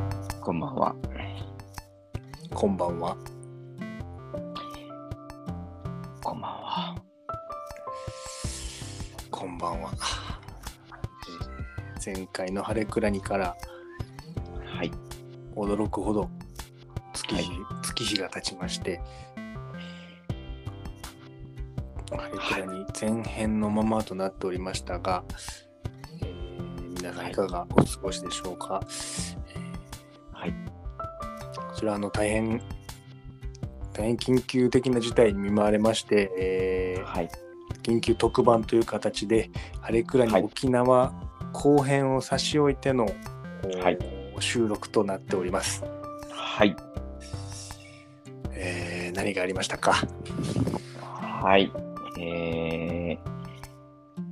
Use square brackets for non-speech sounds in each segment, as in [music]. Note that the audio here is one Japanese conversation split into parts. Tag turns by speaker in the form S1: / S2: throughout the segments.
S1: は。
S2: こんばんは。
S1: こんばんは。
S2: こんばんは。前回の晴れくらにから
S1: はい。
S2: 驚くほど月日、
S1: は
S2: 月日が経ちまして、晴れくらに前編のままとなっておりましたが、えー皆さんいかがお過ごしでしょうか。
S1: はい。
S2: こちらあの大変大変緊急的な事態に見舞われまして、えー
S1: はい。
S2: 緊急特番という形で、あれくらに
S1: はい
S2: 沖縄後編を差し置いての、
S1: はい
S2: おー収録となっております。
S1: はい。
S2: えー何がありましたか
S1: はい。えー、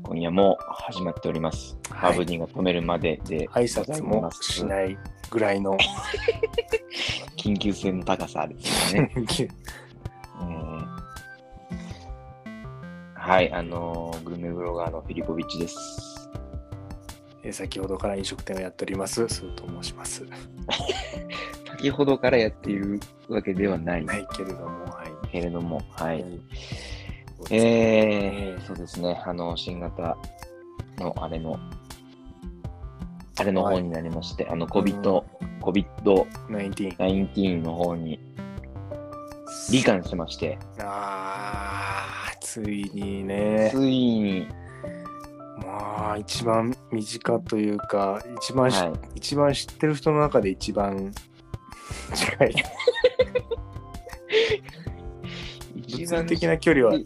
S1: 今夜も始まっております。
S2: はい
S1: ハーブディーンが止めるまでで
S2: 挨拶
S1: ござい
S2: も
S1: ます
S2: しないぐらいの
S1: 緊急性の高さです [laughs] よね。えーはい、あのーグルメブロガーのフィリポビッチです。
S2: えー先ほどから飲食店をやっております、スーと申します。
S1: 先ほどからやっているわけではない
S2: ないけれども、はい。
S1: けれども、はい。
S2: え
S1: えー、そうですね、あの、新型のあれの、あれの方になりまして、あの、COVID、COVID-19
S2: ー、19。
S1: の方に、罹患しまして、
S2: あー、ついにね。
S1: ついに、
S2: まあ、一番身近というか、一番し、
S1: はい、
S2: 一番知ってる人の中で一番近い。
S1: 一
S2: 物理
S1: 番
S2: 的な距離は
S1: うん、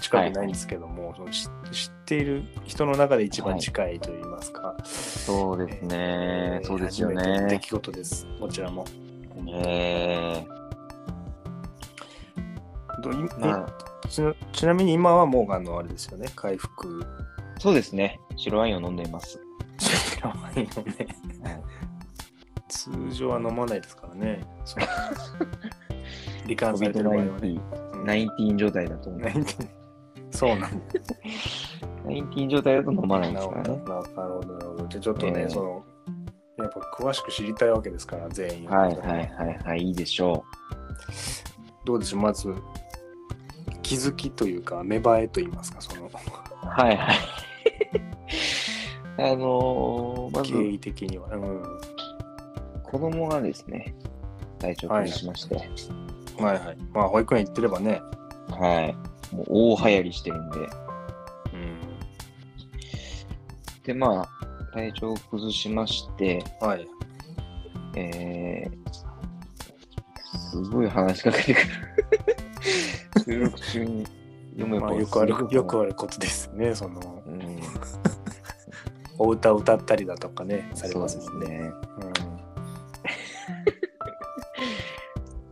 S2: 近くないんですけども、その知知っている人の中で一番近いと言いますか。
S1: そうですね
S2: え、ー
S1: そうですよ
S2: 初めての出
S1: ね。
S2: 来事です、こちらも。
S1: え
S2: どい
S1: ー、まあ、
S2: ちなちなみに今はもうあのあれですよね、回復。
S1: そうですね、白ワインを飲んでいます。
S2: 白ワインをね
S1: はい
S2: 通常は飲まないですからね。
S1: [laughs]
S2: そう罹患されてる場合はね。うん
S1: 19状態だと思う。
S2: 19そう [laughs] なんだ
S1: 19状態だと飲まないで
S2: な
S1: す
S2: る
S1: から
S2: ほど、
S1: ね。
S2: なるほどなるほど。じゃあちょっとね、
S1: ええ
S2: その、やっぱ詳しく知りたいわけですから、全員。
S1: はいはいはいはい、いいでしょ
S2: どうでしょう、まず、気づきというか、芽生えと言いますか、その、
S1: う。はいはい。 [laughs] あのー、ま
S2: 経
S1: ず
S2: 緯的には。うん。は
S1: 子供がですね、体調崩しまして、はい、
S2: いはい。まあ、保育園行ってればね、
S1: もう大流行りしてるんで、
S2: うん。
S1: でまあ、体調を崩しまして、
S2: はい。
S1: えー、すごい話しかけて
S2: [laughs]
S1: くる。収録中に読め
S2: ま
S1: ば
S2: あ、よくある、よくあることですね、その、
S1: うん、
S2: お歌を歌ったりだとかね、され
S1: そう
S2: ま
S1: ですす
S2: もんね。
S1: ね。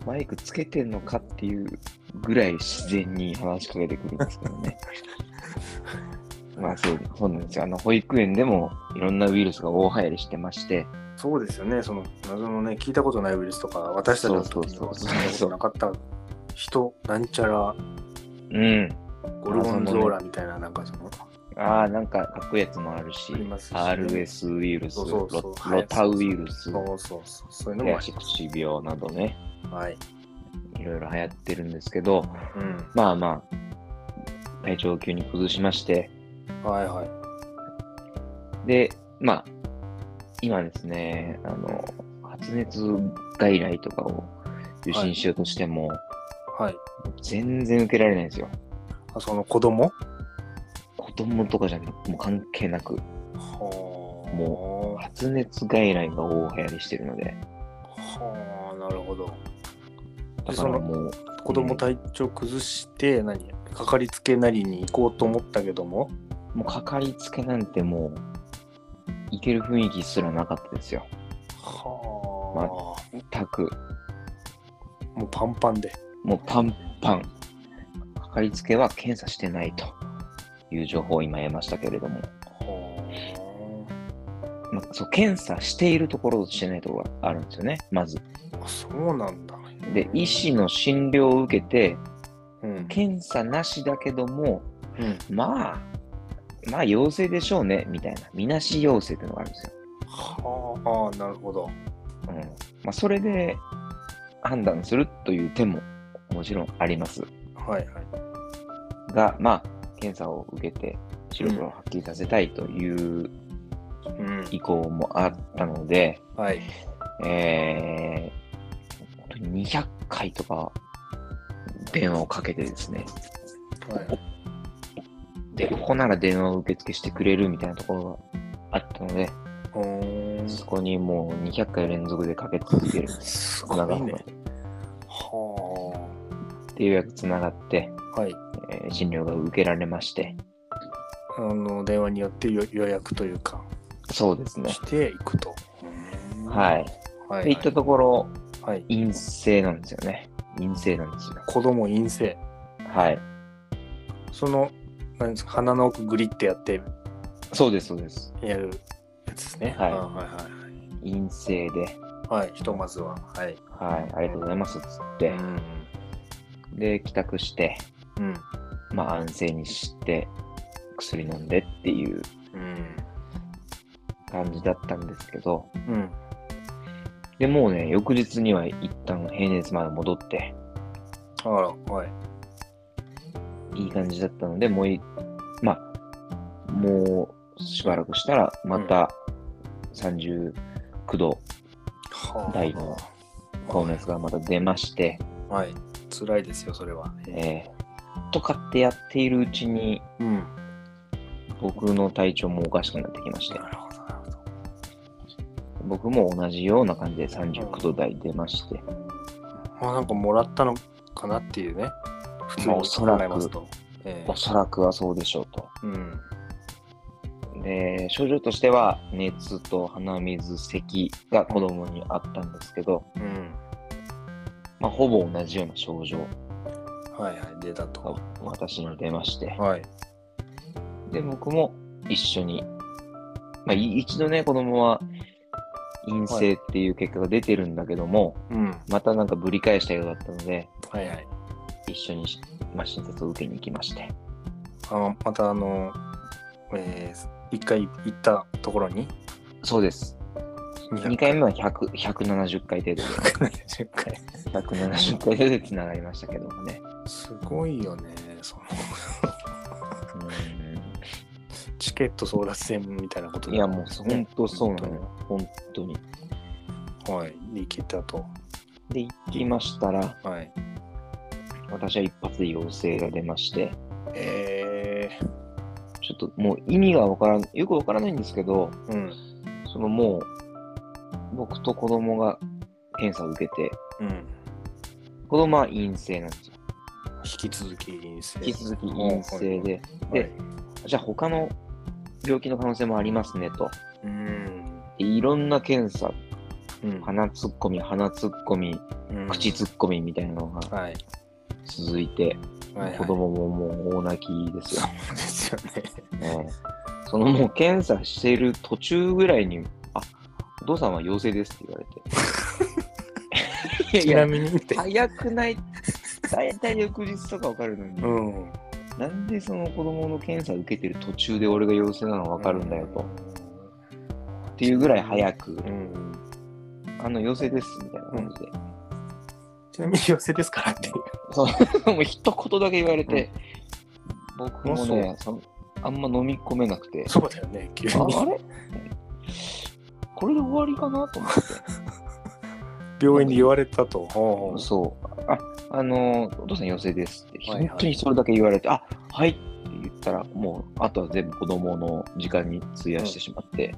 S1: マイクつけてんのかっていうぐらい自然に話しかけてくるんですけどね。 [laughs] まあそうそうなんですよ。あの保育園でもいろんなウイルスが大流行りしてまして、
S2: うん。そうですよね、その、謎のね、聞いたことないウイルスとか、私たちの時には
S1: そうそうそう
S2: 聞いたことなかった人、なんちゃ
S1: う
S2: ら、
S1: ん。
S2: ゴルゴンゾーラみたいな、なんかその、
S1: ああ、なんかかっこいいやつもあるし、
S2: ありますしね
S1: RS ウイルス
S2: そうそうそう
S1: ロ
S2: はい
S1: ロタウイルス、
S2: そうそうそう、そういうの
S1: 手
S2: もあ
S1: 足口病などね、
S2: り、はい。
S1: いろいろ流行ってるんですけど、
S2: うん。
S1: まあまあ、体調を急に崩しまして、
S2: はいはい。
S1: で、まあ、今ですね、あの、発熱外来とかを受診しようとしても、
S2: はい。
S1: 全然受けられないんですよ。
S2: あその子供
S1: 子供とかじゃなくて、もう関係なく、
S2: はあ。
S1: も発熱外来が大流行りしてるので、
S2: はあ、なるほど。
S1: だからもう、
S2: 子供体調崩して、何かかりつけなりに行こうと思ったけども、
S1: もうかかりつけなんてもう、いける雰囲気すらなかったですよ。
S2: はあ。
S1: 全く、
S2: もうパンパンで。
S1: もうパンパン。かかりつけは検査してないという情報を今得ましたけれども。
S2: は
S1: まあ、そう検査しているところとしてないところがあるんですよね、まず。
S2: あ。そうなんだ。
S1: で、医師の診療を受けて、
S2: うん。
S1: 検査なしだけども、
S2: うん。
S1: まあ、まあ陽性でしょうね、みたいな、みなし陽性っていうのがあるんですよ。
S2: はあ、なるほど。
S1: うんまあ、それで判断するという手ももちろんあります
S2: はいはい。
S1: が、まあ、検査を受けて白黒をはっきりさせたいという
S2: うん。
S1: 意向もあったので、
S2: はい。
S1: えー、本当に200回とか電話をかけてですね、
S2: はい。
S1: で、ここなら電話を受付してくれるみたいなところがあったので、
S2: ほーん。
S1: そこにもう200回連続でかけ続ける。
S2: す
S1: つ
S2: ご
S1: なが
S2: い
S1: っ
S2: ね
S1: て。、
S2: は
S1: でようやくつながって、
S2: あ。はい。
S1: えー診療が受けられまして、
S2: あの、電話によって予予約というか、
S1: そうですね。
S2: していくと。い。
S1: はい。
S2: は
S1: で、
S2: い
S1: 行ったところ、
S2: はい。
S1: 陰性なんですよね。陰性なんですよ。
S2: 子供陰性。
S1: はい。
S2: その、なんですか、鼻の奥グリってやって
S1: そうです、そうです。
S2: やるやつですね。
S1: はい
S2: あはい
S1: 陰性で、
S2: はい。はい。ひとまずは。はい。
S1: はい、ありがとうございます、つって。
S2: うん。
S1: で、帰宅して、
S2: うん。
S1: まあ、安静にして、薬飲んでっていう
S2: うん。
S1: 感じだったんですけど、
S2: うん。
S1: で、もうね、翌日には一旦平熱まで戻って、
S2: あら、はい。
S1: いい感じだったので、もうい、まあ、もうしばらくしたら、また39度、
S2: は
S1: 第五は高熱がまた出まして、
S2: はい。辛いですよ、それは。
S1: えーとかってやっているうちに、
S2: うん。
S1: 僕の体調もおかしくなってきまして、
S2: なるほど、なるほど。
S1: 僕も同じような感じで39度台出まして、
S2: まあ、なんかもらったのかなっていうね。普通
S1: まあ
S2: に
S1: おそらく
S2: 考えますと。ええ
S1: おそらくはそうでしょうと。
S2: うん。
S1: で、症状としては、熱と鼻水、咳が子供にあったんですけど、
S2: うん。
S1: まあ、ほぼ同じような症状
S2: はいはい、出た
S1: が
S2: と。
S1: 私に出まして、
S2: はい。
S1: で、僕も一緒に、まあ、い一度ね、子供は陰性っていう結果が出てるんだけども、
S2: うん。
S1: またなんかぶり返したようだったので、
S2: はいはい。
S1: 一緒にし、まあ、診察を受けに行きまして、
S2: あの、またあの、えー、一回行ったところに、
S1: そうです。2回目は100 170回程度で、
S2: 170回。 [laughs]
S1: 170回程度でつながりましたけどもね。
S2: すごいよね。その、
S1: う
S2: チケット争奪戦みたいなこと
S1: んいや、もう本当そうなの
S2: 本
S1: よ。本当に。
S2: 当にはい。で、行けたと。
S1: で、行きましたら、
S2: はい。
S1: 私は一発で陽性が出まして、
S2: え
S1: ちょっともう意味がわからん、よくわからないんですけど、
S2: ー、うん。
S1: そのもう、僕と子供が検査を受けて、
S2: うん。
S1: 子供は陰性なんですよ。
S2: 引き続き陰性。
S1: 引き続き陰性で、
S2: はい。
S1: でじゃあ他の病気の可能性もありますねと。
S2: うん。
S1: でいろんな検査、
S2: うん。
S1: 鼻ツッコミ、鼻ツッコミ、
S2: うん
S1: 口ツッコミみたいなのが
S2: はい。
S1: 続いて、
S2: はいはい
S1: 子供ももう大泣きですよ。
S2: そうですよね。
S1: ねそのもう検査している途中ぐらいに、あ、お父さんは陽性ですって言われて。
S2: ちなみにって。
S1: 早くない。大体翌日とかわかるのに、
S2: うん。
S1: なんでその子供の検査受けてる途中で俺が陽性なのわかるんだよと。っていうぐらい早く
S2: う、ん。
S1: あの陽性ですみたいな感じで。
S2: ちなみに寄せですか
S1: [laughs]
S2: らっていう。
S1: そう、 [laughs] もう一言だけ言われて、僕もね
S2: あ
S1: そのあんま飲み込めなくて。
S2: そうだよね、急に。
S1: ああれこれで終わりかなと思って。
S2: 病院で言われたと。
S1: そう。あ、あのーお父さん陽性ですって、
S2: はいはい
S1: 本当にそれだけ言われて、あ、はいって言ったら、もう、あとは全部子供の時間に費やしてしまって。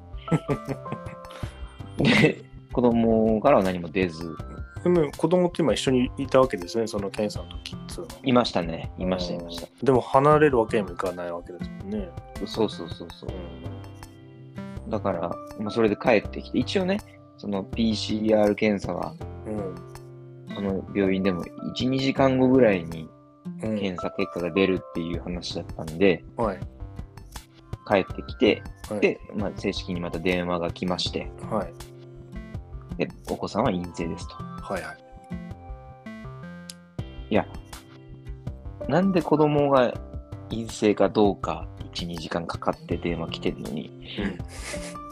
S1: で、子供からは何も出ず、
S2: でも子供って今一緒にいたわけですね、その検査の時っつうの。
S1: いましたね。いました、いました。
S2: でも離れるわけにもいかないわけですもんね。
S1: そうそうそうそう。だから、まあ、それで帰ってきて、一応ね、その PCR 検査は、
S2: うん。
S1: その病院でも1、2時間後ぐらいに
S2: うん。
S1: 検査結果が出るっていう話だったんで、
S2: はい。
S1: 帰ってきて、
S2: はい。
S1: で、まあ、正式にまた電話が来まして、
S2: はい。
S1: で、お子さんは陰性ですと。
S2: はいはい。
S1: なんで子供が陰性かどうか、い1、2時間かかって電話来てるのに、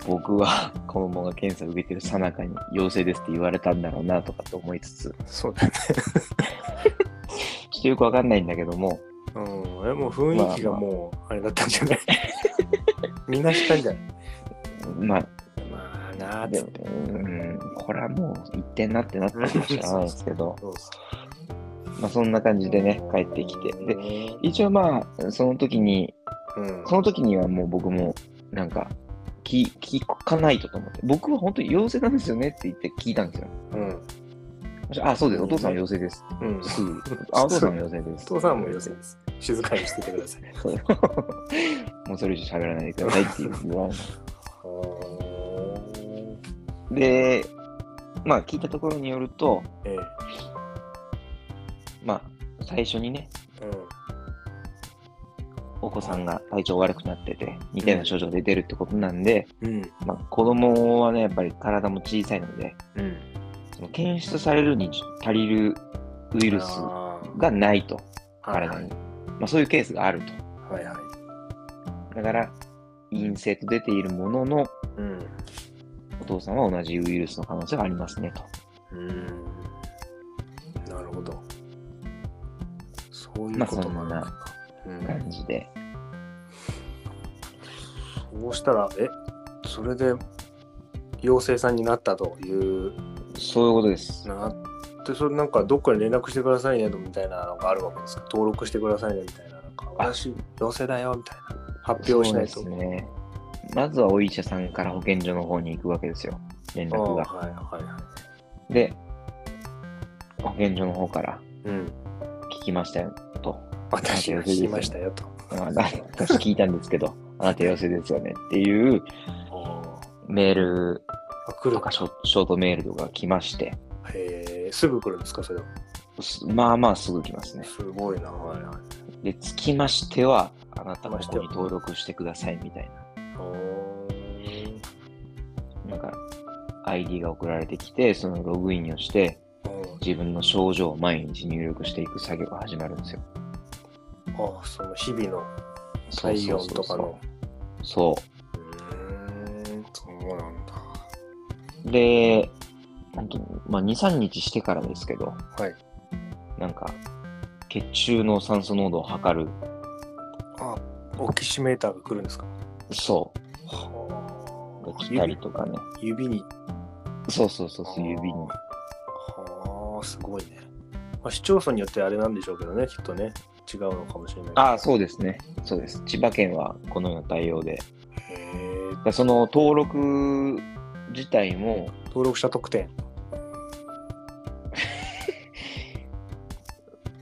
S1: 僕は [laughs] 子供が検査受けてるさなかに陽性ですって言われたんだろうなとかって思いつつ、
S2: そうだね。
S1: ちょっとよくわかんないんだけども、
S2: うん。えもう雰囲気がもう、あれだったんじゃ
S1: [laughs]
S2: ないみんな知ったんじゃない
S1: まあ、
S2: まあなあ
S1: でも、うん、これはもう一点なってなったかもしれないですけど、
S2: そうそ
S1: まあそんな感じでね、帰ってきて。
S2: う。
S1: で、一応まあ、その時に、
S2: うん。
S1: その時にはもう僕も、なんか、聞聞かないとと思って、僕は本当に陽性なんですよねって言って聞いたんですよ。
S2: うん。
S1: そしたらあ、そうです。お父さんは陽性です。
S2: うん。
S1: すぐ。あ、お父さんは陽性です。
S2: お父さんも要請です。静かにしててください。
S1: そう [laughs] もうそれ以上喋らないでくださいっていうぐらいので、まあ聞いたところによると、
S2: ええ。
S1: まあ最初にね、
S2: うん。
S1: お子さんが体調悪くなってて、似たような症状で出るってことなんで、
S2: うん。
S1: まあ子供はね、やっぱり体も小さいので、
S2: うん。
S1: その検出されるに足りるウイルス
S2: あー
S1: がないと、
S2: はい
S1: 体に。まあそういうケースがあると。
S2: はいはい。
S1: だから、陰性と出ているものの、
S2: うん。
S1: お父さんは同じウイルスの可能性がありますねと。
S2: うん。なるほど。そうい
S1: ま
S2: う
S1: あ
S2: こと
S1: そん
S2: もある
S1: な
S2: のかうん。
S1: 感じで。
S2: そうしたら、え、それで、妖精さんになったという、
S1: そういうことです。
S2: なって、それなんか、どっかに連絡してくださいねとみたいなのがあるわけですか登録してくださいねみたいな、なんか、私、妖精だよみたいな、発表しない
S1: そ
S2: と
S1: う。ですね。まずはお医者さんから保健所の方に行くわけですよ。連
S2: ああ
S1: 絡が。
S2: はいはいは
S1: で、保健所の方から
S2: い。うん。
S1: 聞きましたよと。
S2: 私が聞きましたよと。
S1: まあな私聞いたんですけど、 [laughs] あなた陽性ですよねっていうメール
S2: あ来
S1: と
S2: る
S1: かショショートメールとか来まして、
S2: へえ、すぐ来るんですか、それは。
S1: すまあまあすぐ来ますね。
S2: すごいな、はいはい。
S1: で、つきましては、あなたもここに登録してくださいみたい
S2: おー
S1: な、なんか ID が送られてきて、そのログインをして、
S2: うん
S1: 自分の症状を毎日入力していく作業が始まるんですよ。
S2: あ、その日々の
S1: そう
S2: 体
S1: そう
S2: 温
S1: そ
S2: と
S1: うそ
S2: か
S1: う
S2: の。
S1: そう
S2: ーん、そうなんだ。
S1: う。で、本当に、まあ、2、3日してからですけど、
S2: はい。
S1: なんか、血中の酸素濃度を測る、
S2: あ、オキシメーターが来るんですか。
S1: そう、が
S2: は
S1: 来たりとかね。
S2: 指に。
S1: そうそうそうそう、指に。
S2: はあ、すごいね。まあ、市町村によってあれなんでしょうけどね、きっとね。違うのかもしれない。
S1: ああ、そうですね。そうです。千葉県はこのような対応で。
S2: へえ。
S1: だその登録自体も、
S2: 登録者特典。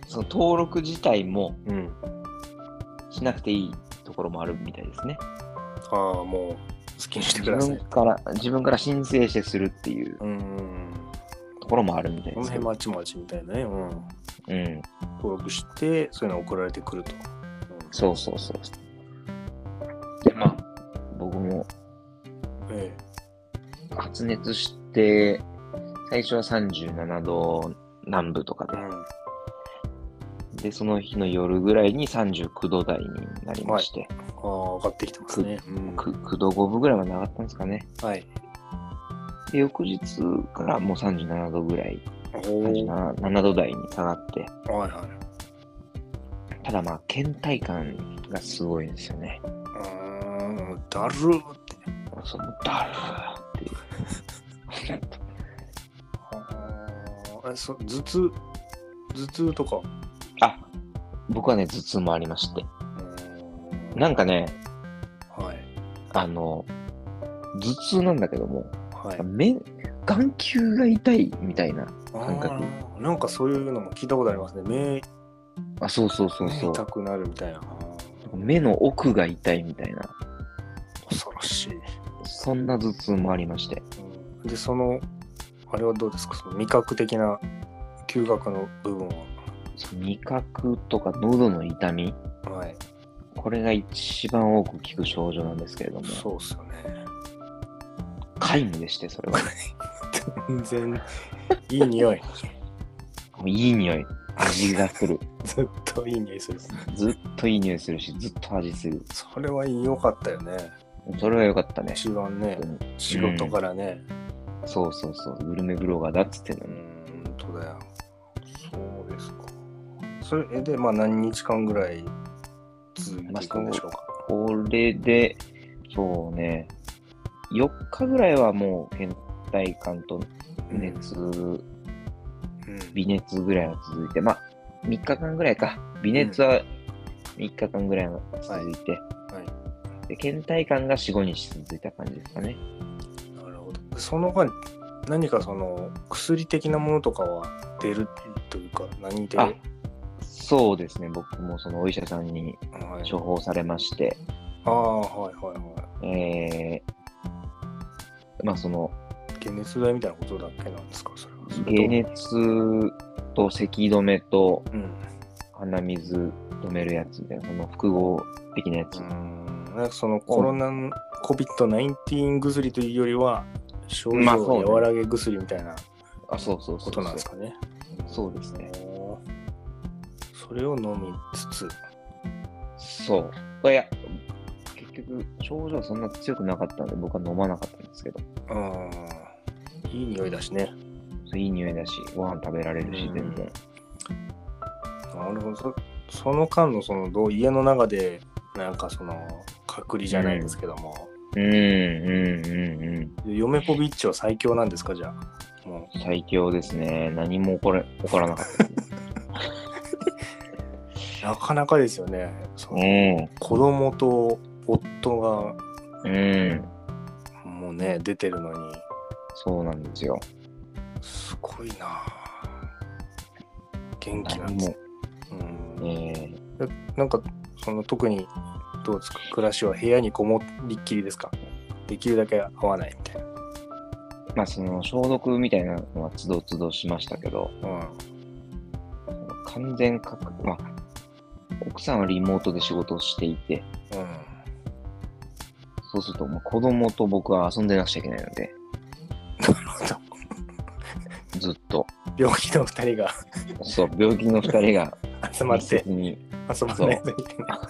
S1: その登録自体も
S2: うん。
S1: しなくていいところもあるみたいですね。
S2: ああ、もう、好きにして
S1: 自
S2: ください
S1: 分。から、自分から申請してするっていう
S2: うーん。
S1: ところもあるみたいで
S2: この
S1: すけ
S2: 辺
S1: ど。
S2: まちまちみたいなね。うん。
S1: うん。
S2: 登録して、そういうの送られてくると。
S1: そうそうそう。で、まあ、僕も
S2: うん。え
S1: 発熱して、最初は37度南部とか
S2: え。うん。
S1: で、で、その日の夜ぐらいに39度台になりまして、
S2: ああ、上がってきてますね。うん
S1: く 9, 度5分ぐらいまで上がったんですかね。
S2: はい。
S1: で、翌日からもう37度ぐらい、
S2: おー
S1: 37 7度台に下がって、
S2: はいはい。
S1: ただまあ、倦怠感がすごいんですよね。
S2: うーん、だるーって。
S1: そのだるーっていう。 [laughs]
S2: あえそ頭痛、頭痛とか。
S1: あ、僕はね、頭痛もありまして。なんかね、
S2: はい。
S1: あの、頭痛なんだけども、
S2: はい。
S1: 目、眼球が痛いみたいな。感覚
S2: あーなんかそういうのも聞いたことありますね。目
S1: あ、そうそうそう
S2: 目
S1: そう。
S2: 痛くなるみたいな。あー
S1: 目の奥が痛いみたいな。
S2: 恐ろしい。
S1: そんな頭痛もありまして。
S2: うんで、その、あれはどうですかその味覚的な嗅覚の部分は。
S1: その味覚とか喉の痛み、
S2: はい。
S1: これが一番多く聞く症状なんですけれども、
S2: そうっすよね。
S1: 皆無でして、それは。 [laughs]
S2: 全然、いい匂い。
S1: いい匂い。味がする。
S2: ずっといい匂いする。
S1: ずっといい匂いするし、ずっと味する。
S2: それは良かったよね。
S1: それは良かったね。
S2: 一番ね
S1: 本当、に
S2: 仕事からね。
S1: そうそうそう、グルメブロガーだっつってんの
S2: う
S1: に。
S2: ん、本当だよ。そうですか。それで、まあ何日間ぐらい続いていくんでしょうか。
S1: これで、そうね、4日ぐらいはもう倦怠感と熱、
S2: うん
S1: 微熱ぐらいが続いて、まあ、3日間ぐらいか。微熱は3日間ぐらいが続いて、
S2: はい
S1: で倦怠感が4、5日続いた感じですかね。
S2: なるほど。その間、何かその薬的なものとかは出るというか、何で、
S1: あそうですね、僕もそのお医者さんに
S2: はい
S1: 処方されまして、
S2: ああ、はいはいは
S1: えー、まあその、
S2: い。解熱剤みたいなことだっけなんですか、それは。
S1: 解。熱と咳止めと
S2: うん。
S1: 鼻水止めるやつみたいな、その複合的なやつ。
S2: うんなんかそのコロナ、COVID-19 薬というよりは、症
S1: まあ
S2: 状
S1: そうね
S2: を和らげ薬みたいな
S1: あ、そうそうそ
S2: こ
S1: う
S2: と
S1: そう
S2: なんですかね。
S1: そうですね。
S2: おーそれを飲みつつ、
S1: そう。いや、結局、症状そんな強くなかったんで、僕は飲まなかったんですけど、
S2: うん、いい匂いだしね。
S1: そういい匂いだし、ご飯食べられるし、全然。
S2: なるほど。そその間のそのどう家の中でなんかその隔離じゃないですけども、
S1: うん、うん、うん、うん。
S2: 嫁ポビッチは最強なんですかじゃあ。も
S1: 最強ですね。何も起これ起こらなかった。
S2: [laughs] うなかなかですよね。その
S1: うん。
S2: 子供と夫が
S1: うん。
S2: もうね出てるのに
S1: そうなんですよ。
S2: すごいな。元気な
S1: 何
S2: んです
S1: も
S2: ね。。うん
S1: えー、
S2: なんかその特にどうですか暮らしは部屋にこもりっきりですかできるだけ会わないみたい
S1: まあ、その消毒みたいなのはつどつどしましたけど、
S2: な。うん
S1: その完全隔まあ、奥さんはリモートで仕事をしていて、
S2: う
S1: そうするともう子供と僕は遊んでなくちゃいけないので、
S2: [laughs] ど
S1: ずっと、
S2: ん、病気の2人が
S1: そう、病気の二人
S2: [laughs]
S1: が
S2: 集まっ
S1: 密
S2: て
S1: 接に
S2: 遊ばないといけない。だ
S1: か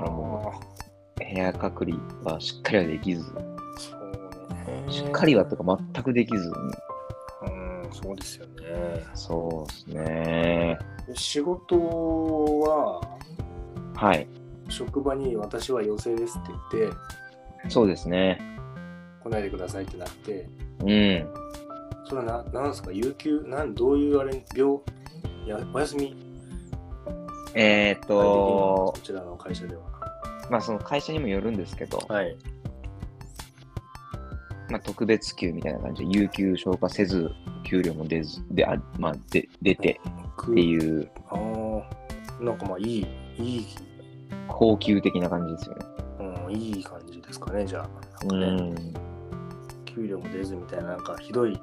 S1: らも部屋隔離はしっかりはできず、
S2: う、そうね。
S1: しっかりはとか全くできずに、
S2: うん、そうですよね。
S1: そうですね。
S2: 仕事は、
S1: はい、
S2: 職場に私は陽性ですって言って、
S1: そうですね。
S2: 来ないでくださいってなって、
S1: うん。
S2: それはななんですか、有給、なんどういうあれ、病、いやお休み
S1: えーっと
S2: こ、ちらの会社では。
S1: まあその会社にもよるんですけど、
S2: はい。
S1: まあ、特別給みたいな感じで、有給消化せず、給料も出ず、で、あまあ、で出てって
S2: う。
S1: いう、
S2: ああ、なんかまあいい、いい、
S1: 高級的な感じですよね。
S2: うん、いい感じですかね、じゃあ。
S1: う
S2: なんかね、
S1: ん。
S2: 給料も出ずみたいな、なんかひどい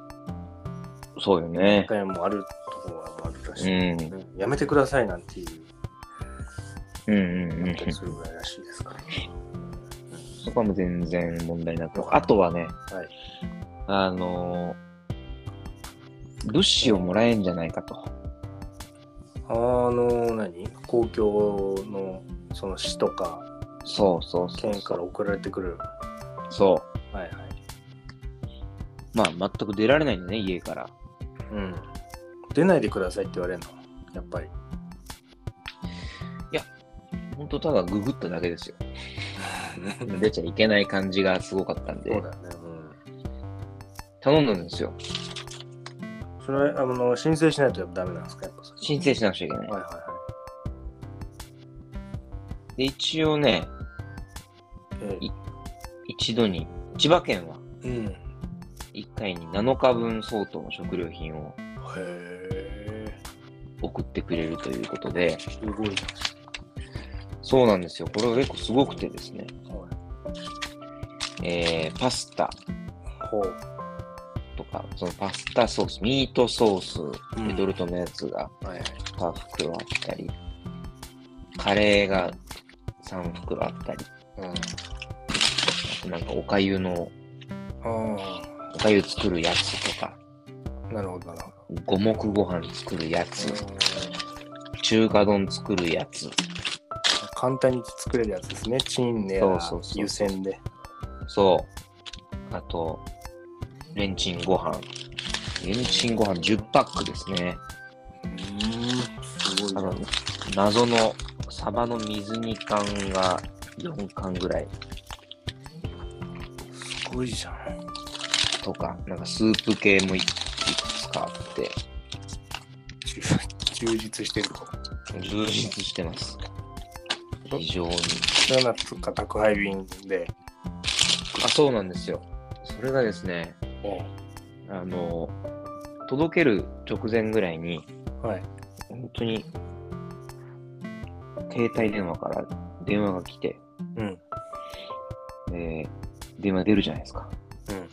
S1: そうよね。
S2: 会もあるところはあるらし
S1: う
S2: い、
S1: ん。
S2: ねやめてくださいなんてい
S1: う
S2: う、
S1: んうんう
S2: なんん。かするぐらいらしいですから。
S1: そこはもう全然問題なく。あとはね、
S2: はい
S1: あのー物資をもらえんじゃないかと。
S2: あの、何公共の、その市とか、
S1: そうそうそう
S2: 県
S1: そ
S2: から
S1: う。
S2: 送られてくる。は
S1: そう。
S2: いはい。
S1: まあ、全く出られないんでね、家から。
S2: うん。出ないでくださいって言われるの、やっ
S1: [laughs]
S2: ぱり。
S1: ほんと、ただググっただけですよ。出ちゃいけない感じがすごかったんで
S2: そう、だよね。うん
S1: 頼んだんですよ。
S2: それはあの申請しないとやっぱダメなんですかやっぱそれ
S1: 申請しなくちゃいけない。
S2: はいはいは
S1: で、一応ね、
S2: い。え
S1: い一度に、千葉県は
S2: えうん。へ
S1: 1回に7日分相当の食料品を
S2: え。
S1: 送ってくれるということで、
S2: すごい
S1: そうなんですよ。これは結構すごくてですね、
S2: な。はい。
S1: えー、パスタ
S2: ほう。
S1: とか、そのパスタソース、ミートソー
S2: う
S1: ス、
S2: ん
S1: レトルトのやつが
S2: はいはい。
S1: 2袋あったり、カレーが3袋あったり、あとなんかお粥の、
S2: うん。あ
S1: お粥作るやつとか、
S2: あ。なるほど、なるほ
S1: 五目ご飯作るやつ、
S2: ど。
S1: 中華丼作るやつ。
S2: 簡単に作れるやつですね。チンね
S1: そうそうそう、そう
S2: 湯煎で。
S1: そう。あと、レンチンご飯。レンチンご飯10パックですね。
S2: うん、すごい
S1: あ
S2: な
S1: の。、謎のサバの水煮缶が4缶ぐらい
S2: すごいじゃん。
S1: とか、なんかスープ系もいいくつかあって、
S2: 充充実してるか。
S1: 充実してます。非常に。
S2: それはなんか宅配便で。
S1: あ、そうなんですよ。それがですね、あの、届ける直前ぐらいに、
S2: はい。
S1: 本当に、携帯電話から電話が来て、
S2: うん。
S1: で、電話出るじゃないですか。
S2: うん。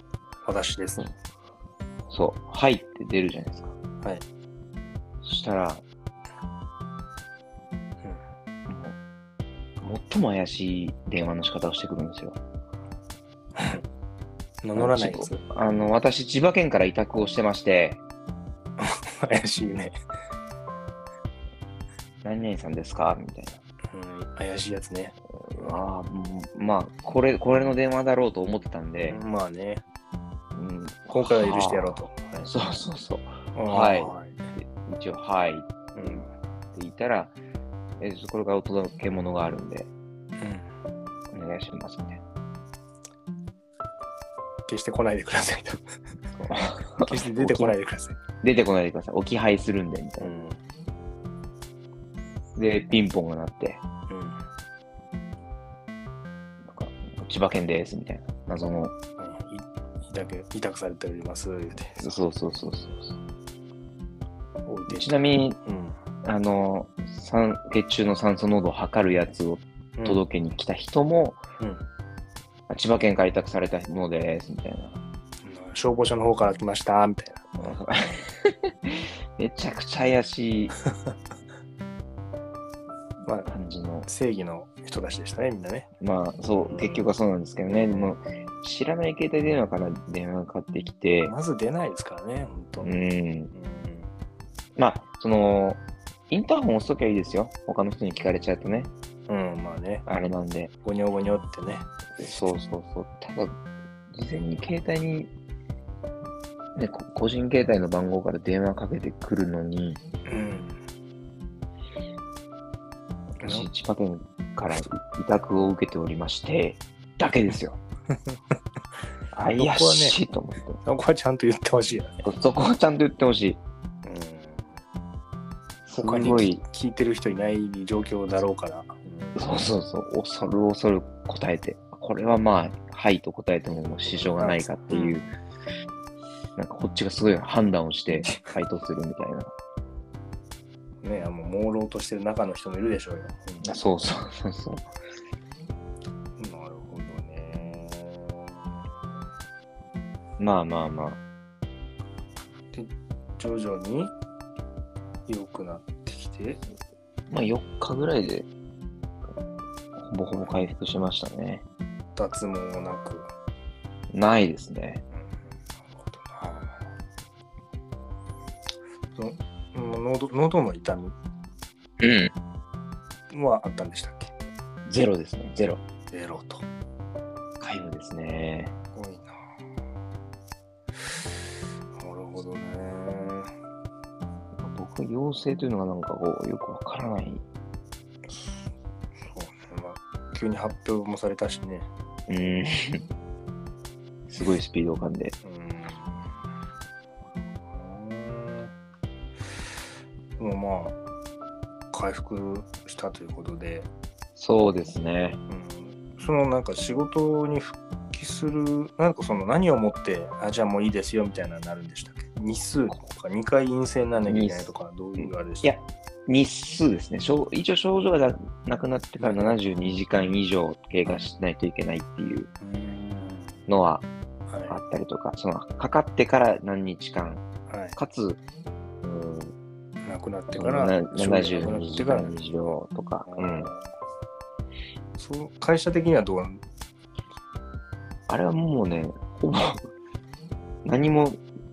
S2: 私です。
S1: そう、はいって出るじゃないですか。
S2: はい。
S1: そしたら、もう最も怪しい電話の仕方をしてくるんですよ。
S2: 名乗らないやつ。
S1: あの、私、千葉県から委託をしてまして、
S2: 怪しいね。
S1: 何々さんですかみたいな。
S2: うん。怪しいやつね。
S1: ああ、うんまあ、これ、これの電話だろうと思ってたんで、
S2: まあね。
S1: うん、
S2: 今回は許してやろうと。
S1: そうそうそう。
S2: はい
S1: 一応、はいって
S2: い。うん。
S1: 言ったら、えこれからお届け物があるんで、
S2: うん。
S1: お願いしますみたい
S2: 決して来ないでください [laughs] と。
S1: な。
S2: 決して出てこないでください。
S1: 出てこないでください。置き配するんで、みたい
S2: ん。
S1: な。で、ピンポンが鳴って、
S2: うん。
S1: なんか、千葉県です、みたいな。謎の、
S2: い委託、委託されております。言うて。
S1: そうそうそうそうそう。
S2: おいで
S1: ちなみに、
S2: うん。
S1: あの、酸血中の酸素濃度を測るやつを届けに来た人も、
S2: うんうん
S1: あ千葉県から委託されたものです、みたいな。 [laughs]
S2: うん消防署の方から来ました、みたいな。
S1: めちゃくちゃ怪しい
S2: まあ、
S1: 感じの。
S2: 正義の人たちでしたね、みんなね。
S1: まあ、そう、結局はそうなんですけどね。でも、知らない携帯電話から電話がかかってきて、
S2: まず出ないですからね、本当。
S1: う
S2: うん
S1: ん。まあ、その、インターホン押すときはいいですよ。他の人に聞かれちゃうとね。
S2: うん、まあね、
S1: あれなんで。
S2: ごにょごにょってね。
S1: そうそうそう。ただ、事前に携帯に、ね、こ個人携帯の番号から電話かけてくるのに、
S2: うん。
S1: 私千葉県から委託を受けておりまして、だけですよ。怪しいと思って。
S2: そこはちゃんと言ってほしいよね。
S1: そこはちゃんと言ってほしい。す
S2: 他に
S1: ごい、
S2: 聞いてる人いない状況だろうから。
S1: そうそうそう、恐る恐る答えて、これはまあ、はいと答えてももう支障がないかっていう、なんかこっちがすごい判断をして回答するみたいな。
S2: ね、あの朦朧としてる中の人もいるでしょうよ。
S1: そうそうそうそう。
S2: うんなるほどね。
S1: まあまあま
S2: 徐々に良くなってきて、
S1: あ、まあ4日ぐらいで、ほぼほぼ回復しましたね。
S2: 脱毛もなく。
S1: ないですね。
S2: なるほどな。その喉喉の痛
S1: うん。
S2: みはあったんでしたっけ
S1: ゼロですね、ゼロ。
S2: ゼロと。す
S1: 皆無ですね。
S2: ごいな。なるほどね。
S1: 僕は陽性というのがなんかこう、よくわからない。
S2: そうね。まあ、急に発表もされたしね。
S1: うん。すごいスピード感で。
S2: うん。でもまあ、回復したということで、
S1: そうですね。
S2: うんそのなんか仕事に復帰するなんかその何をもってあじゃあもういいですよみたいなのになるんでしたっけ日数とか2回陰性にならなきゃいけないとかどういうあれでし
S1: い
S2: た
S1: や、日数ですね。症一応、症状がななくなってから72時間以上経過しないといけないっていう
S2: うーん
S1: のは
S2: はい
S1: あったりとか、そのかかってから何日間、
S2: は
S1: かつ、うん、
S2: い亡くなってから
S1: な
S2: 症状がなく
S1: 72
S2: なっ
S1: 時
S2: てから
S1: 間以上とか、う
S2: うん
S1: ん、
S2: そう会社的にはどうなん
S1: あれはもうね、ほぼ [laughs] 何も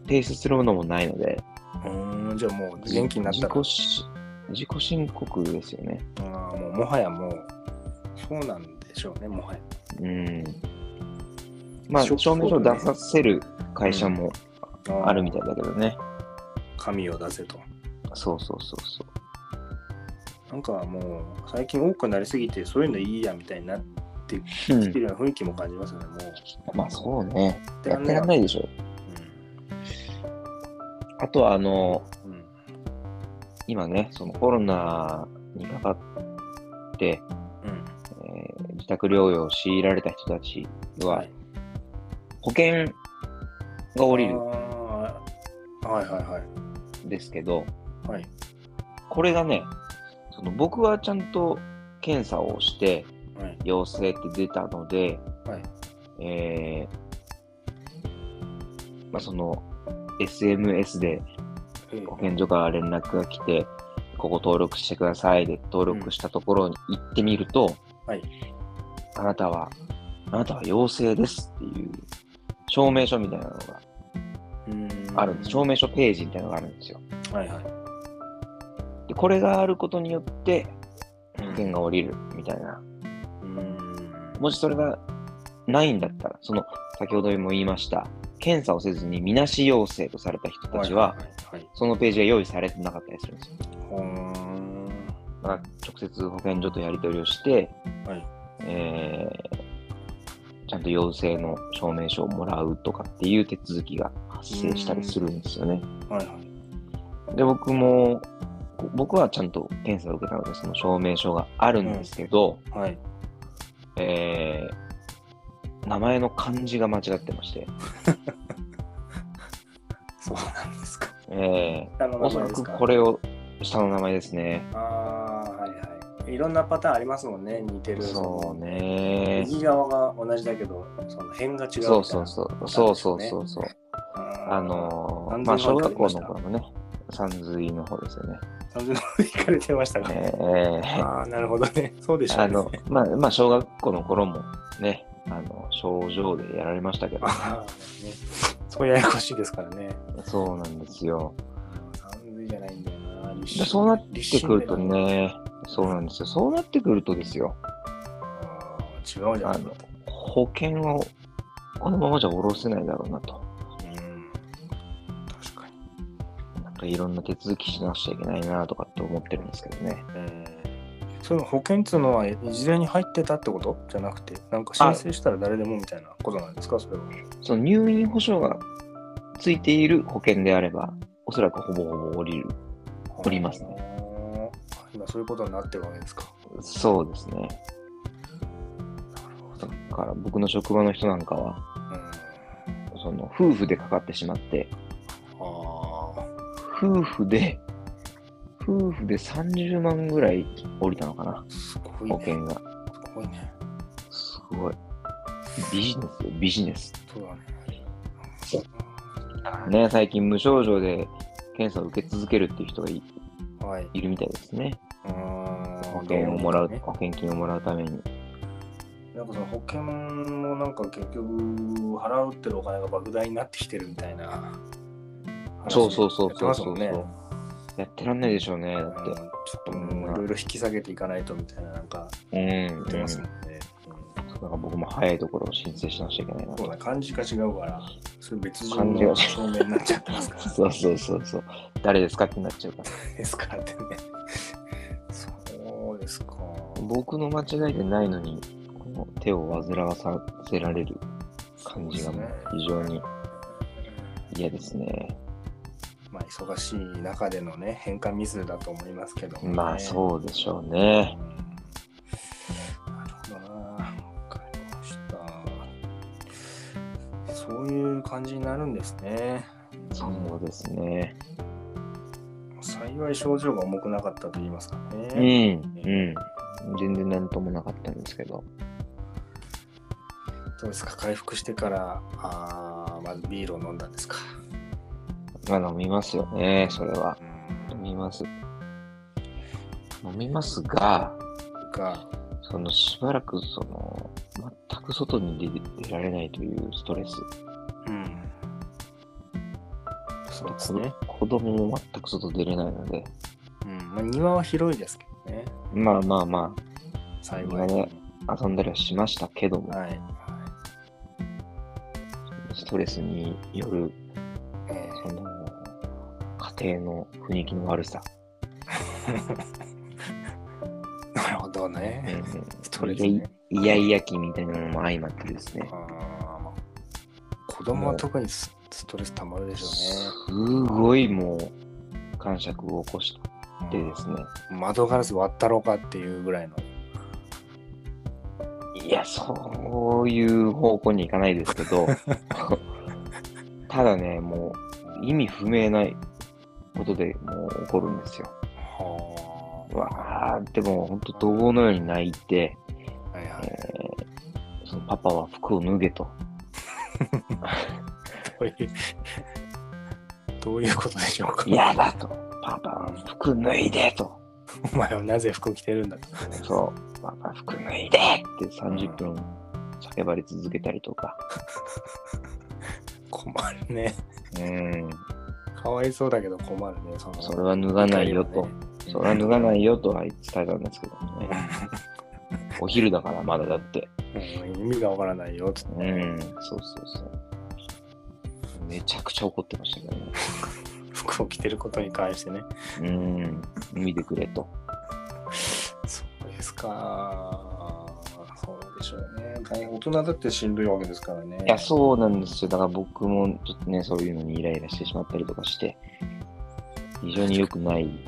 S1: 提出するものもないので、
S2: うん、じゃあもう元気になったら
S1: 自己し自己申告ですよね。
S2: あーもうもはやもう、そうなんでしょうね、もはや。
S1: うん。まあ、
S2: 証拠
S1: 証明書を
S2: ね
S1: 出させる会社もあるみたいだけどね。
S2: 紙を出せと。
S1: そうそうそうそう。
S2: なんかもう、最近多くなりすぎて、そういうのいいやみたいになってき
S1: う
S2: て
S1: ん
S2: るような雰囲気も感じますよね、もう。
S1: まあそうね。や
S2: や
S1: っら
S2: っててら
S1: ん
S2: ん
S1: な
S2: ない
S1: いでしょ。あとはあの、
S2: うんうん
S1: 今ね、そのコロナにかかって、
S2: うん
S1: えー自宅療養を強いられた人たちは
S2: はい、
S1: 保険が降りる
S2: あーはいはいはい。
S1: んですけど、
S2: はい。
S1: これがね、その僕はちゃんと検査をして
S2: はい。
S1: 陽性って出たので、
S2: はい。
S1: えーまあ、その SMS で
S2: えー
S1: 保健所から連絡が来て、ここ登録してくださいで登録したところに行ってみると、
S2: はい
S1: あなたは、あなたは陽性ですっていう証明書みたいなのが
S2: うん
S1: あるんです。証明書ページみたいなのがあるんですよ。
S2: はいはい。
S1: で、これがあることによって、
S2: う
S1: 保
S2: ん
S1: 険が下りるみたいな。
S2: うん
S1: もしそれがないんだったら、その、先ほども言いました、検査をせずにみなし陽性とされた人たちは、、
S2: いはい
S1: そのページが用意されてなかったりするんですよ。
S2: ほーん
S1: まあ、直接保健所とやり取りをして、
S2: はい
S1: えーちゃんと陽性の証明書をもらうとかっていう手続きが発生したりするんですよね。
S2: はいはい
S1: で、僕も、こ僕はちゃんと検査を受けたので、その証明書があるんですけど、
S2: はい。
S1: えー名前の漢字が間違ってまして、
S2: そうなんですか。
S1: え
S2: あの
S1: ーおそらくこれを、下の名前ですね。
S2: ああー、はいはい。いろんなパターンありますもんね、似てる。
S1: そう
S2: その
S1: ね。
S2: 右側が同じだけど、その辺が違うみたいな。
S1: そうそうそう。そうそうそうそう。
S2: あ
S1: あのー
S2: 安全
S1: まあ、
S2: の
S1: 小
S2: 方
S1: 学
S2: に行かれ
S1: 校
S2: まし
S1: の
S2: た
S1: 頃のね、三髄の方ですよね。
S2: ー、30分引かれてましたか。
S1: えー
S2: ああ、なるほどね。そうでしょ
S1: あ
S2: うね。
S1: の、まあ、まあ、小学校の頃もね、あの、症状でやられましたけど、
S2: あーねそうややこしいですからね。
S1: そうなんですよ。
S2: 三髄じゃないんだよな。立
S1: で
S2: 身
S1: そうなってくると。
S2: 立身で
S1: ね、そうなんですよ。そうなってくるとですよ、
S2: あー違うじゃん。
S1: あの保険をこのままじゃ下ろせないだろうなと。
S2: うん。確かに。
S1: なんかいろんな手続きしなくちゃいけないなとかって思ってるんですけどね。
S2: その保険っつうのはいずれに入ってたってことじゃなくてなんか申請したら誰でもみたいなことなんですかそれは
S1: その入院保障がついている保険であれば、おそらくほぼほぼ降りる。おりますね
S2: あー今そういうことになってるわけですか
S1: そうですね。
S2: なるほ
S1: だ
S2: ど、うん、
S1: から僕の職場の人なんかは、その夫婦でかかってしまって、
S2: あ
S1: 夫婦で、夫婦で30万ぐらい降りたのかな、
S2: あすごい
S1: 保
S2: ね
S1: 険が。
S2: すごいね
S1: すごい。ビジネスよ、ビジネス。
S2: そうだね
S1: だからね、最近無症状で検査を受け続けるっていう人がい
S2: はいう
S1: いるみたいですね。
S2: ーん
S1: 保険をもらう、
S2: どうにかね
S1: 保険金をもらうために。
S2: なんかその保険もなんか結局払うってるお金が莫大になってきてるみたいな
S1: そうそうそう
S2: 話
S1: そ
S2: やってま
S1: う
S2: す
S1: そ
S2: も
S1: うん
S2: ね
S1: やってらんないでしょうね、だ
S2: う
S1: っ
S2: ん
S1: て。
S2: ちょっともういろいろ引き下げていかないとみたいななんか
S1: うん。
S2: 言
S1: う
S2: ってますも
S1: ん
S2: んね。うん
S1: だから僕も早いところを申請しなくちゃいけないな
S2: そう
S1: と。
S2: だ、漢字が違うから、それ別人
S1: 漢字が違う
S2: の証明になっちゃってますから、
S1: そうそうそうそう。誰ですかってなっちゃうから。
S2: ですからってね。そうですか。
S1: 僕の間違いでないのに、この手を煩わさせられる感じがもう非常に嫌ですね。
S2: まあ、忙しい中でのね、変換ミスだと思いますけども、ね。
S1: まあそうでしょう
S2: うん。
S1: ね。
S2: なるほどな。わかりました。そういう感じになるんですね。
S1: そうですね。
S2: 幸い症状が重くなかったと言いますか
S1: うん、
S2: ね。
S1: うん。全然なんともなかったんですけど。
S2: どうですか回復してからあーまずビールを飲んだんですか、
S1: まあ飲みますよね、それは。
S2: うん、
S1: 飲みます。飲みますが、
S2: が
S1: そのしばらくその、全く外に出出られないというストレス。
S2: うんそうですね。
S1: 子供も全く外出れないので、
S2: うん。まあ、庭は広いですけどね。
S1: まあまあま
S2: 幸い。
S1: 庭であ、遊んだりはしましたけども、
S2: はい。
S1: ストレスによる、
S2: え
S1: その、家庭の雰囲気の悪さ、
S2: ー、なるほどね。ストレスね。
S1: いやいや期みたいなのも相まってですね
S2: あ、ーまあ子供は特にスストレスたまるでしょ
S1: すごいもう、感触を起こし
S2: うね。
S1: てですね、
S2: うん窓ガラス割ったろうかっていうぐらいの。
S1: いや、そういう方向に行かないですけど、ただね、もう意味不明なことでもう起こるんですよ。
S2: は
S1: うわー、でも本当怒号のように泣いて、
S2: あ。はいはい。
S1: そのパパは服を脱げと。
S2: どういう、 [laughs] どういうことでしょうか。
S1: 嫌だと。パパ、服脱いでと。
S2: お前はなぜ服着てるんだと。
S1: そう。パパ、服脱いでって30分叫ばれ続けたりとか。
S2: 困るね。
S1: うん。
S2: かわいそうだけど困るね。その
S1: それは脱がないよと。。それは脱がないよとは伝えたんですけどね。お昼だからまだだって。
S2: うん意味がわからないよっつって。
S1: うん、そうそうそう。めちゃくちゃ怒ってましたけどね。
S2: 服を着てることに関してね。
S1: うん、見てくれと。
S2: そうですか。そうでしょうね。大変大人だってしんどいわけですからね。
S1: いや、そうなんですよ。だから僕もちょっとね、そういうのにイライラしてしまったりとかして、非常に良くない。
S2: うん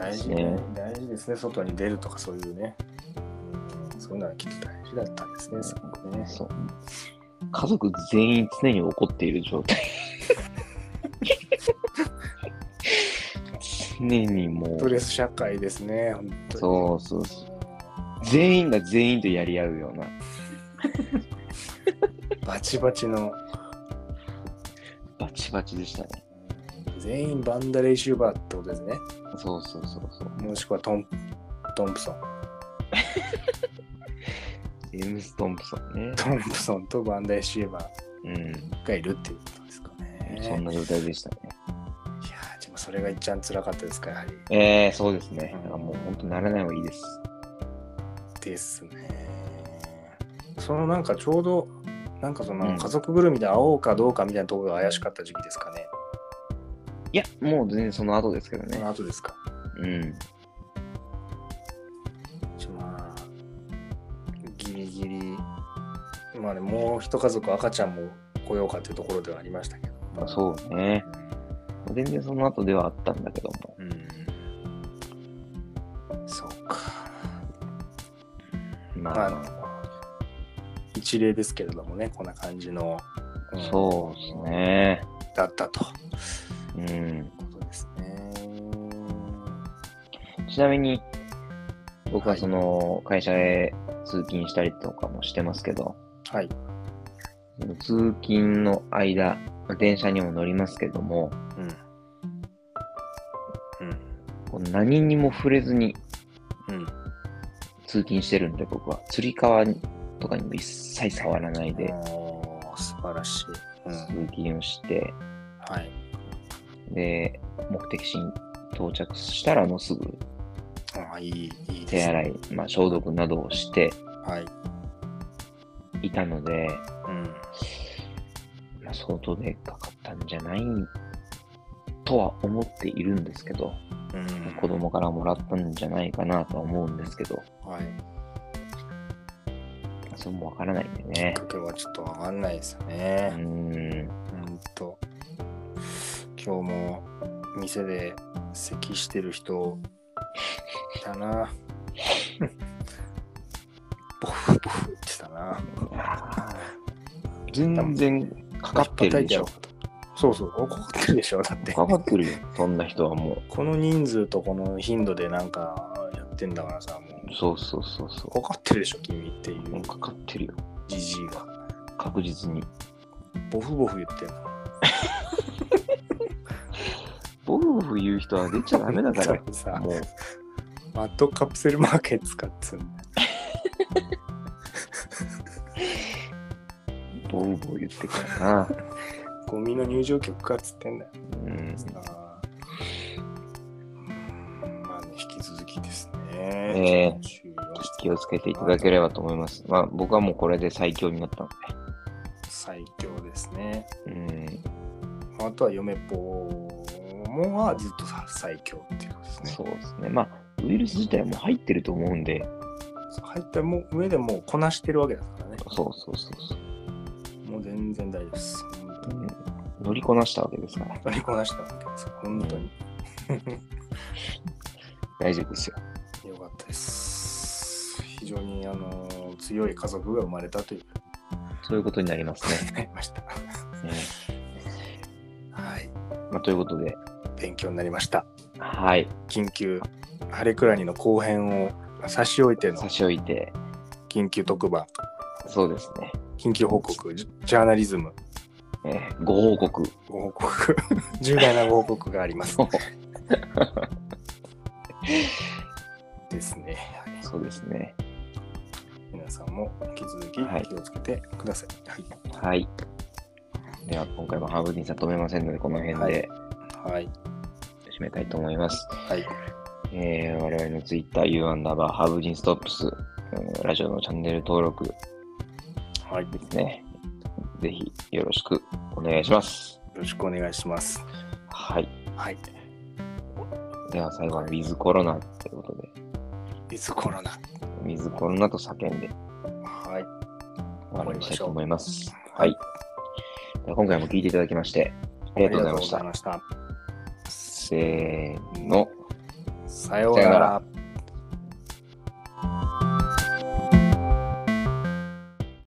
S2: 大事ね
S1: ね
S2: 大事ですね。外に出るとかそういうね。うんそういうのはきっと大事だったんですね。すごくね。
S1: そう。家族全員常に怒っている状態。常にも
S2: ストレ
S1: う、
S2: ス社会ですね。本当に
S1: そうそうそう。全員が全員とやり合うような。
S2: バチバチの。
S1: バチバチでしたね。
S2: 全員バンダレーシューバーってことですね。
S1: そうそうそうそう。
S2: もしくはトントンプソン。
S1: ジェームス・トンプソンね。
S2: トンプソンとバンダレーシューバ
S1: う
S2: ー
S1: ん。
S2: がいるっていうことですかね。
S1: そんな状態でしたね。
S2: いやーでもそれが一番辛かったですか、やはり。
S1: ええそうですね。
S2: うん
S1: だからもう本当ならない方がいいです。
S2: ですね。そのなんかちょうど、なんかそうの
S1: ん
S2: 家族ぐるみで会おうかどうかみたいなところが怪しかった時期ですかね。
S1: いや、もう全然その後ですけど
S2: そ
S1: ね。
S2: の後ですか。
S1: うん。
S2: じゃあまあ、ギリギリ、まあね、もう一家族赤ちゃんも来ようかというところではありましたけど。
S1: まあ、そうね。全然その後ではあったんだけども。
S2: うん。そうか。
S1: ま
S2: まあ
S1: あ、
S2: あの、一例ですけれどもね、こんな感じの。うん
S1: そうですね。
S2: だったと。
S1: うん。
S2: ことですね。
S1: ちなみに、僕は
S2: はい
S1: その会社へ通勤したりとかもしてますけど、
S2: はい。
S1: その通勤の間、まあ電車にも乗りますけども、
S2: うん。
S1: こう何にも触れずに
S2: うん。うん。
S1: 通勤してるんで、僕は。つり革とかにも一切触らないで、
S2: おー素晴らしい。うん。
S1: 通勤をして、
S2: はい。
S1: で、目的地に到着したら、もうすぐ
S2: ああ、いい、い
S1: 手
S2: いですね。
S1: 洗い、まあ、消毒などをして
S2: はい。
S1: いたので、
S2: うん。
S1: まあ、相当でかかったんじゃないとは思っているんですけど、
S2: うん。
S1: 子供からもらったんじゃないかなとは思うんですけど、
S2: はい。
S1: そうもわからないんで
S2: きっ
S1: ね。
S2: かけはちょっとわかんないですよ
S1: う
S2: ね。
S1: ーん、
S2: ほんと。今日も店で咳してる人いたな。 [laughs] ボフボフってたな。
S1: 全然かかってるでしょ。
S2: そうそう、怒ってるでしょ、だって。
S1: かかってるよ、そんな人はもう。
S2: この人数とこの頻度でなんかやってんだからさ、もう、
S1: そうそうそうそ。
S2: 怒ってるでしょ、君っていう
S1: もう
S2: う
S1: かかってるよ、
S2: じじいが。
S1: 確実に。
S2: ボフボフ言ってんの。
S1: ボフボフ言う人は出ちゃダメだから。
S2: さ、
S1: もう、
S2: [laughs] マッドカプセルマーケット使ってんだよ
S1: ボフボフ言ってからな。
S2: ゴミの入場曲かっつってんだよ。
S1: うん。
S2: あーうんまあね、引き続きですね。
S1: ええ
S2: 注意はして
S1: 気をつけていただければと思います。まあ、僕はもうこれで最強になったの
S2: 最強ですね。
S1: で。うん。
S2: あとは嫁ぽもはずっとさ最強っていうことですね。
S1: そうですね。まあ、ウイルス自体はもう入ってると思うんで、
S2: 入ったもう上でもうこなしてるわけだからね。
S1: そうそうそうそう、
S2: もう全然大丈夫です。本当
S1: う
S2: に
S1: ん乗りこなしたわけですから、
S2: 乗りこなしたわけですから、本当に。
S1: 大丈夫ですよ。
S2: よかったです。非常にあの強い家族が生まれたというこ
S1: そういうことになります
S2: と
S1: ね。
S2: になりました。
S1: うん
S2: はい。
S1: まあ、ということで、
S2: 勉強になりました。
S1: はい、
S2: 緊急、ハレクラニの後編を差し置いての
S1: 差し置いて、
S2: 緊急特番、
S1: そうですね、
S2: 緊急報告、ジジャーナリズム、
S1: えーご報告。 [laughs]
S2: ご報告、重大なご報告があります。ですね。はい
S1: そうですね。
S2: 皆さんも引き続き
S1: はい
S2: 気をつけてください。はい。
S1: はい。では、今回もハーブディーさん止めませんので、この辺で
S2: はい。
S1: 締めたいと思います。
S2: はい。
S1: えー我々の Twitter、U アンダーバー、ハーブディーストップス、うんラジオのチャンネル登録で
S2: はい。よ
S1: すね。ぜひよろしくお願いします。
S2: ろしくお願いします。
S1: はい。
S2: はい。
S1: では最後は With コロナということで、
S2: いつコロナ。
S1: With コロナと叫んで
S2: はい。
S1: 終わりにしたいと思います。はい。では今回も聞いていただきまして、あ
S2: あ
S1: りがとうございまし
S2: り
S1: た。
S2: がとうございました。
S1: せーの。
S2: さよう
S1: さような
S2: なら
S1: ら。